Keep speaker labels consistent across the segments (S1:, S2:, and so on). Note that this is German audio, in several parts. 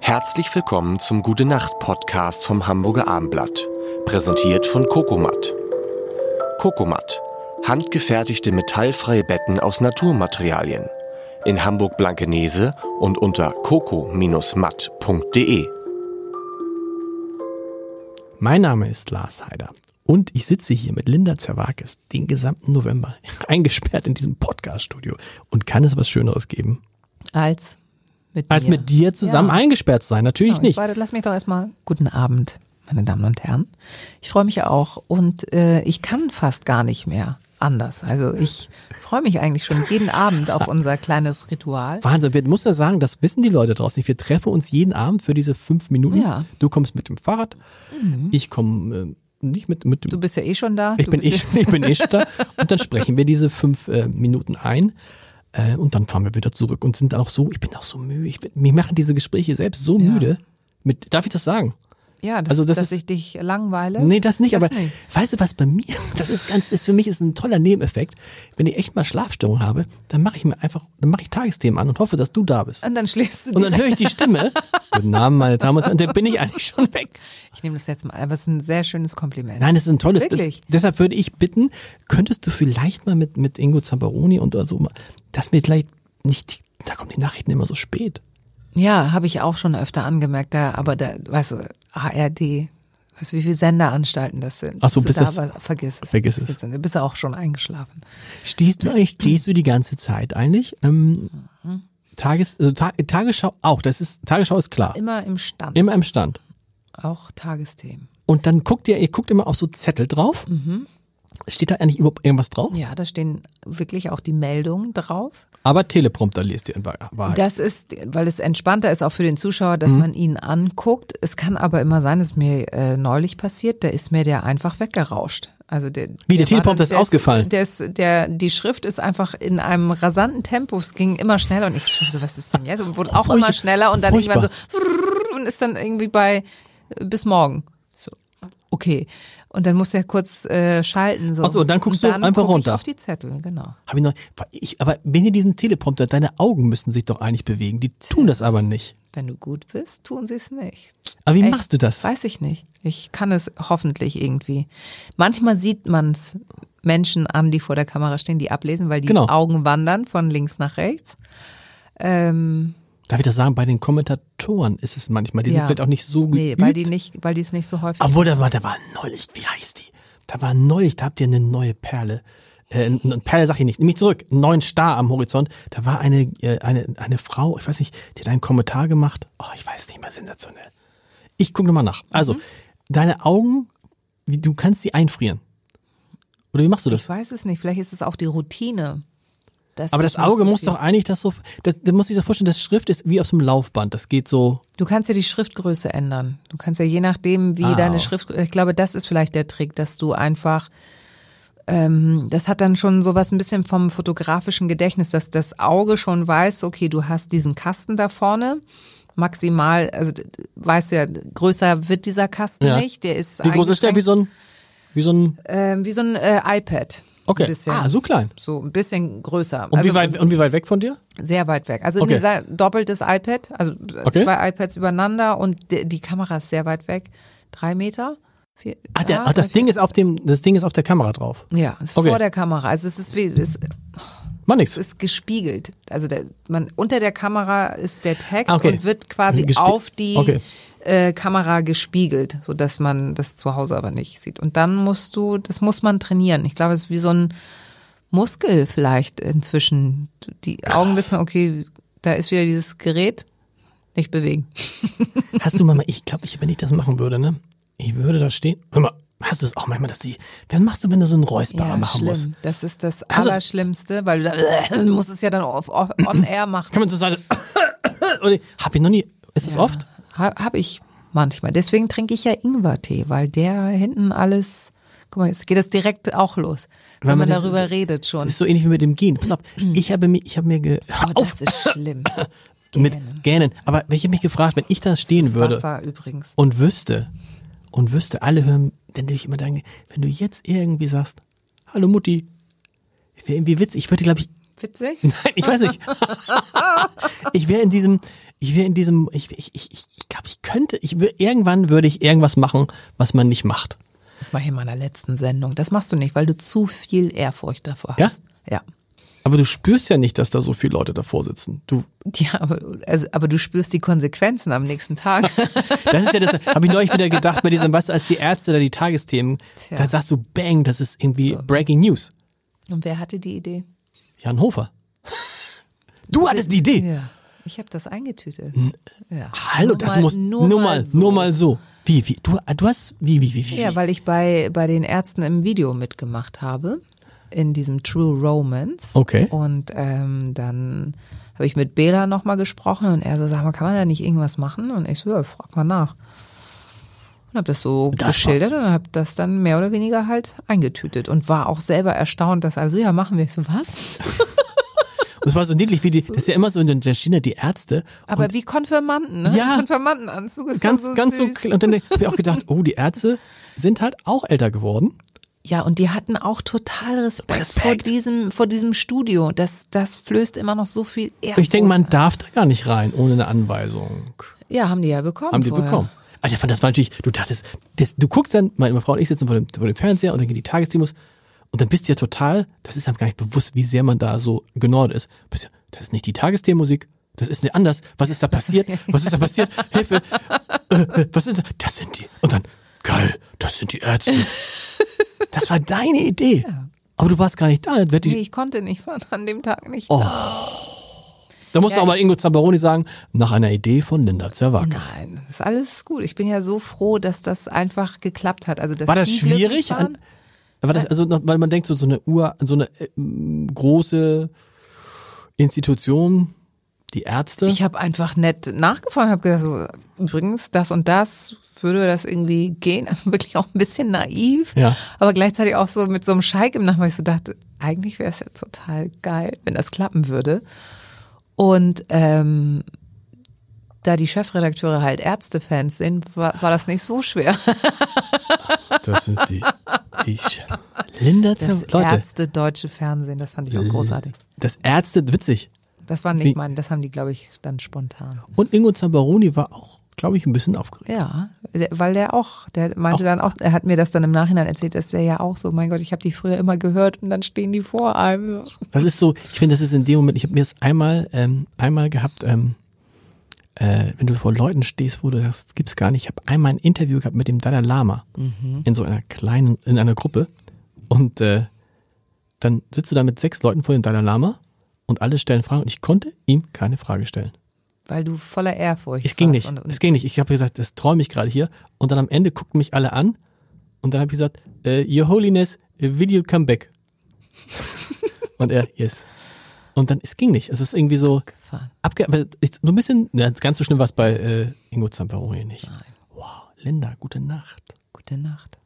S1: Herzlich willkommen zum Gute Nacht Podcast vom Hamburger Armblatt, präsentiert von Kokomat. Kokomat, handgefertigte metallfreie Betten aus Naturmaterialien. In Hamburg Blankenese und unter coco-matt.de.
S2: Mein Name ist Lars Heider und ich sitze hier mit Linda Zerwakis den gesamten November eingesperrt in diesem Podcast-Studio und kann es was Schöneres geben,
S3: Als mit
S2: als
S3: mir.
S2: mit dir zusammen
S3: Ja.
S2: eingesperrt zu sein. Natürlich
S3: Genau,
S2: nicht.
S3: Warte, lass mich doch erstmal guten Abend, meine Damen und Herren. Ich freue mich ja auch und äh, ich kann fast gar nicht mehr anders. Also ich freue mich eigentlich schon jeden Abend auf unser kleines Ritual.
S2: Wahnsinn, wir muss ja sagen, das wissen die Leute draußen nicht. Wir treffen uns jeden Abend für diese fünf Minuten.
S3: Ja. Mhm.
S2: Du kommst mit dem Fahrrad, ich komme äh, nicht mit, mit dem
S3: Du bist ja eh schon da.
S2: Ich
S3: Du
S2: bin
S3: bist
S2: ich, ich bin ich da. Und dann sprechen wir diese fünf äh, Minuten ein. Äh, und dann fahren wir wieder zurück und sind auch so, ich bin auch so müde. Ich bin, mir machen diese Gespräche selbst so
S3: Ja.
S2: müde. Mit, darf ich das sagen?
S3: Ja, das,
S2: Also das
S3: dass
S2: ist-
S3: ich dich langweile.
S2: Nee, das nicht, aber
S3: nicht.
S2: weißt du was bei mir? Das ist ganz, ist für mich ist ein toller Nebeneffekt. Wenn ich echt mal Schlafstörung habe, dann mache ich mir einfach, dann mache ich Tagesthemen an und hoffe, dass du da bist.
S3: Und dann schläfst du
S2: Und
S3: dich.
S2: dann höre ich die Stimme. Guten Abend, meine Damen und Herren. Und dann bin ich eigentlich schon weg.
S3: Ich nehme das jetzt mal, aber es ist ein sehr schönes Kompliment.
S2: Nein, das ist ein tolles.
S3: Wirklich?
S2: Das, deshalb würde ich bitten, könntest du vielleicht mal mit, mit Ingo Zambaroni und so, mal- dass wir gleich nicht, die, da kommen die Nachrichten immer so spät.
S3: Ja, habe ich auch schon öfter angemerkt, da, aber da, weißt du, ARD, weißt du, wie viele Senderanstalten das sind.
S2: Ach so,
S3: Dass
S2: bist
S3: du
S2: das-
S3: da, warst, vergiss es.
S2: vergiss
S3: Das
S2: es.
S3: wird- Du bist auch schon eingeschlafen.
S2: Stehst du eigentlich, stehst du die ganze Zeit eigentlich? Ähm, Tages, also Ta Tagesschau auch, das ist, Tagesschau ist klar.
S3: Immer im Stand.
S2: Immer im Stand.
S3: Auch Tagesthemen.
S2: Und dann guckt ihr, ihr guckt immer auf so Zettel drauf. Steht da eigentlich überhaupt irgendwas drauf?
S3: Mhm. Ja, da stehen wirklich auch die Meldungen drauf.
S2: Aber Teleprompter lest ihr in Wahr- Wahrheit.
S3: Das ist, weil es entspannter ist auch für den Zuschauer,
S2: Mhm.
S3: dass man ihn anguckt. Es kann aber immer sein, dass mir äh, neulich passiert, da ist mir der einfach weggerauscht. Also der,
S2: Wie, der
S3: war
S2: Teleprompter
S3: dann-
S2: ist ausgefallen?
S3: Der ist, der, die Schrift ist einfach in einem rasanten Tempo. Es ging immer schneller und ich schon so, was ist denn jetzt? Und wurde auch
S2: Furcht-
S3: immer schneller und dann
S2: furchtbar.
S3: irgendwann so frrrr und ist dann irgendwie bei äh, bis morgen. So, okay. Und dann muss er kurz äh, schalten. So.
S2: Ach so, und dann guckst du einfach
S3: guck
S2: runter.
S3: Ich auf die Zettel, genau.
S2: Hab ich noch, ich, aber wenn ihr diesen Teleprompter, deine Augen müssen sich doch eigentlich bewegen. Die tun das aber nicht.
S3: Wenn du gut bist, tun sie es nicht.
S2: Aber wie
S3: Echt?
S2: machst du das?
S3: Weiß ich nicht. Ich kann es hoffentlich irgendwie. Manchmal sieht man es Menschen an, die vor der Kamera stehen, die ablesen, weil die
S2: Genau.
S3: Augen wandern von links nach rechts. Ähm,
S2: Darf ich das sagen? Bei den Kommentatoren ist es manchmal, die sind
S3: Ja.
S2: vielleicht auch nicht so geübt.
S3: nee, weil die nicht, weil die es nicht so häufig.
S2: Obwohl, da war, da war neulich, wie heißt die? Da war neulich, da habt ihr eine neue Perle. Äh, n- n- Perle sag ich nicht, nimm mich zurück, einen neuen Star am Horizont. Da war eine, äh, eine, eine Frau, ich weiß nicht, die hat einen Kommentar gemacht. Oh, ich weiß nicht mehr, sensationell. Ich gucke nochmal nach.
S3: Mhm.
S2: Also, deine Augen, wie, du kannst sie einfrieren. Oder wie machst du das?
S3: ich weiß es nicht. Vielleicht ist es auch die Routine. dass
S2: Aber
S3: ich
S2: das
S3: nicht
S2: Auge
S3: so
S2: muss
S3: viel-
S2: doch eigentlich das so, das, das muss ich so vorstellen, das Schrift ist wie aus dem Laufband. Das geht so,
S3: Du kannst ja die Schriftgröße ändern. Du kannst ja je nachdem, wie
S2: Ah.
S3: deine Schrift. Ich glaube, das ist vielleicht der Trick, dass du einfach. Ähm, das hat dann schon sowas ein bisschen vom fotografischen Gedächtnis, dass das Auge schon weiß, okay, du hast diesen Kasten da vorne. Maximal, also d- d- weißt du ja, größer wird dieser Kasten
S2: Ja.
S3: nicht. Der ist
S2: wie groß ist der? Wie
S3: eingeschränkt.
S2: so ein, wie so ein,
S3: ähm, wie so ein äh, iPad. So ein
S2: okay.
S3: bisschen.
S2: Ah, so klein.
S3: so ein bisschen größer.
S2: Und,
S3: Also-
S2: wie weit, und wie weit weg von dir?
S3: sehr weit weg. Also
S2: Okay.
S3: okay. dieser doppeltes iPad, also äh,
S2: Okay.
S3: zwei iPads übereinander und die, die Kamera ist sehr weit weg. Drei Meter? Vier,
S2: Ach, der,
S3: ja,
S2: ach das
S3: drei,
S2: Ding ist auf dem, das Ding ist auf der Kamera drauf.
S3: vier- Ja, ist
S2: Okay.
S3: vor der Kamera. Also es ist, wie, es
S2: Mach nix.
S3: ist gespiegelt. Also der, man, unter der Kamera ist der Text
S2: Ah, okay.
S3: und wird quasi
S2: Gespie-
S3: auf die
S2: Okay.
S3: äh, Kamera gespiegelt, sodass man das zu Hause aber nicht sieht. Und dann musst du, das muss man trainieren. Ich glaube, es ist wie so ein Muskel vielleicht inzwischen. Die Augen wissen, okay, da ist wieder dieses Gerät, nicht bewegen.
S2: Hast du mal, ich glaube, ich, wenn ich das machen würde, ne? Ich würde da stehen. Hör mal, hast du es auch manchmal, dass die, was machst du, wenn du so einen Räusperer machen
S3: schlimm.
S2: musst?
S3: Das ist das
S2: Also-
S3: Allerschlimmste, weil du, da, du musst es ja dann auf, auf, on air machen.
S2: Kann man so sagen, oder, hab ich noch nie, ist das oft?
S3: Ha, hab ich manchmal. Deswegen trinke ich ja Ingwertee, weil der hinten alles. Guck mal, jetzt geht das direkt auch los, wenn,
S2: Weil man
S3: man,
S2: das-
S3: darüber redet schon.
S2: Ist so ähnlich wie mit dem Gehen. Pass auf, ich habe mir, ich habe mir, ge,
S3: Mm. Aber das ist schlimm.
S2: mit Gähnen. Aber ich habe mich gefragt, wenn ich da stehen
S3: Das
S2: würde,
S3: Wasser übrigens.
S2: und wüsste, und wüsste, alle hören, dann würde ich immer denken, wenn du jetzt irgendwie sagst, hallo Mutti, wäre irgendwie witzig, ich würde, glaube ich,
S3: Witzig?
S2: nein, ich weiß nicht, ich wäre in diesem, ich will in diesem, ich, ich, ich, ich glaube, ich könnte, ich will, irgendwann würde ich irgendwas machen, was man nicht macht.
S3: Das war hier in meiner letzten Sendung. Das machst du nicht, weil du zu viel Ehrfurcht davor
S2: Ja?
S3: hast. Ja.
S2: Aber du spürst ja nicht, dass da so viele Leute davor sitzen. Du,
S3: Ja, aber, also, aber du spürst die Konsequenzen am nächsten Tag.
S2: das ist ja das, habe ich neulich wieder gedacht bei diesem, weißt du, als die Ärzte da die Tagesthemen,
S3: Tja.
S2: da sagst du, bang, das ist irgendwie Breaking News.
S3: Und wer hatte die Idee?
S2: Jan Hofer. Du hattest die Idee.
S3: Ja. Ich habe das eingetütelt. Ja.
S2: Hallo,
S3: Nur
S2: das
S3: mal-
S2: muss
S3: nur mal so.
S2: nur mal so. Wie, wie, du, du hast, wie, wie, wie, wie?
S3: Ja,
S2: wie?
S3: weil ich bei, bei den Ärzten im Video mitgemacht habe, in diesem True Romance.
S2: Okay.
S3: Und ähm, dann habe ich mit Bela nochmal gesprochen und er so, sag mal, kann man da nicht irgendwas machen? Und ich so, ja, frag mal nach. Und habe das so
S2: Das war-
S3: geschildert und habe das dann mehr oder weniger halt eingetütet und war auch selber erstaunt, dass also, ja, machen wir. Ich so, was?
S2: Und es war so niedlich, wie die, das ist ja immer so, dann da stehen da die Ärzte.
S3: Aber wie Konfirmanden, ne?
S2: Ja.
S3: Konfirmandenanzug ist
S2: Ganz,
S3: so
S2: ganz so,
S3: süß.
S2: kle- und dann habe ich auch gedacht, oh, die Ärzte sind halt auch älter geworden.
S3: Ja, und die hatten auch total Respekt, vor
S2: Respekt.
S3: diesem vor diesem Studio. Das das flößt immer noch so viel Ehrfurcht.
S2: Ich denke, man
S3: ein.
S2: darf da gar nicht rein, ohne eine Anweisung.
S3: Ja, haben die ja bekommen.
S2: Haben die
S3: vorher.
S2: bekommen. Alter, fand das war natürlich, du dachtest, das, du guckst dann, meine Frau und ich sitzen vor dem, vor dem Fernseher und dann gehen die Tagestimus und dann bist du ja total, das ist einem gar nicht bewusst, wie sehr man da so genordet ist. Bist ja, das ist nicht die Tagesthemenmusik, das ist nicht anders. Was ist da passiert? Was ist da passiert? Hilfe. Äh, äh, was sind da? Das sind die. Und dann, geil, das sind die Ärzte. Das war deine Idee. Aber du warst gar nicht da. Dann werd
S3: Nee,
S2: ich-
S3: ich konnte nicht, war an dem Tag nicht.
S2: Oh. Da musst du
S3: Ja,
S2: auch mal Ingo Zambaroni sagen, nach einer Idee von Linda Zervakis.
S3: Nein, das ist alles gut. Ich bin ja so froh, dass das einfach geklappt hat. Also dass
S2: War das
S3: die glücklich
S2: schwierig?
S3: Waren.
S2: An, war das, also, noch- weil man denkt, so, so eine Uhr, so eine ähm, große Institution, die Ärzte.
S3: Ich habe einfach nett nachgefragt, habe gedacht, so, übrigens, das und das, würde das irgendwie gehen? Also wirklich auch ein bisschen naiv,
S2: Ja.
S3: aber gleichzeitig auch so mit so einem Schalk im Nacken, weil ich so dachte, eigentlich wäre es ja total geil, wenn das klappen würde. Und ähm, da die Chefredakteure halt Ärztefans sind, war, war das nicht so schwer.
S2: das sind die. Ich. Linda
S3: Das
S2: Zervakis. Leute,
S3: Also Ärzte deutsche Fernsehen, das fand ich auch großartig.
S2: das Ärzte, witzig.
S3: Das war
S2: Wie-
S3: nicht mein, das haben die, glaube ich, dann spontan.
S2: Und Ingo Zambaroni war auch, glaube ich, ein bisschen aufgeregt.
S3: Ja, der- weil der auch, der meinte dann auch, er hat mir das dann im Nachhinein erzählt, dass der ja auch so, mein Gott, ich habe die früher immer gehört und dann stehen die vor einem.
S2: Das ist so, ich finde, das ist in dem Moment, ich habe mir das einmal, ähm, einmal gehabt, ähm, äh, wenn du vor Leuten stehst, wo du sagst, das gibt's gar nicht. Ich habe einmal ein Interview gehabt mit dem Dalai Lama in so einer kleinen, in einer Gruppe. Und äh, dann sitzt du da mit sechs Leuten vor dem Dalai Lama und alle stellen Fragen und ich konnte ihm keine Frage stellen.
S3: Weil du voller Ehrfurcht
S2: Es ging nicht.
S3: warst Und, und
S2: es ging nicht. Ich habe gesagt, das träume ich gerade hier. Und dann am Ende guckten mich alle an. Und dann habe ich gesagt, äh, Your Holiness, will you come back? und er, yes. Und dann, es ging nicht. Es ist irgendwie so
S3: gefahren.
S2: abge... aber ich- So ein bisschen, na, ganz so schlimm war es bei äh, Ingo Zamperoni nicht.
S3: Nein.
S2: Wow, Linda, gute Nacht.
S3: Gute Nacht.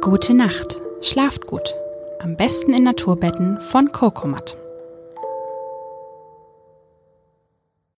S4: Gute Nacht. Schlaft gut. Am besten in Naturbetten von Kokomat.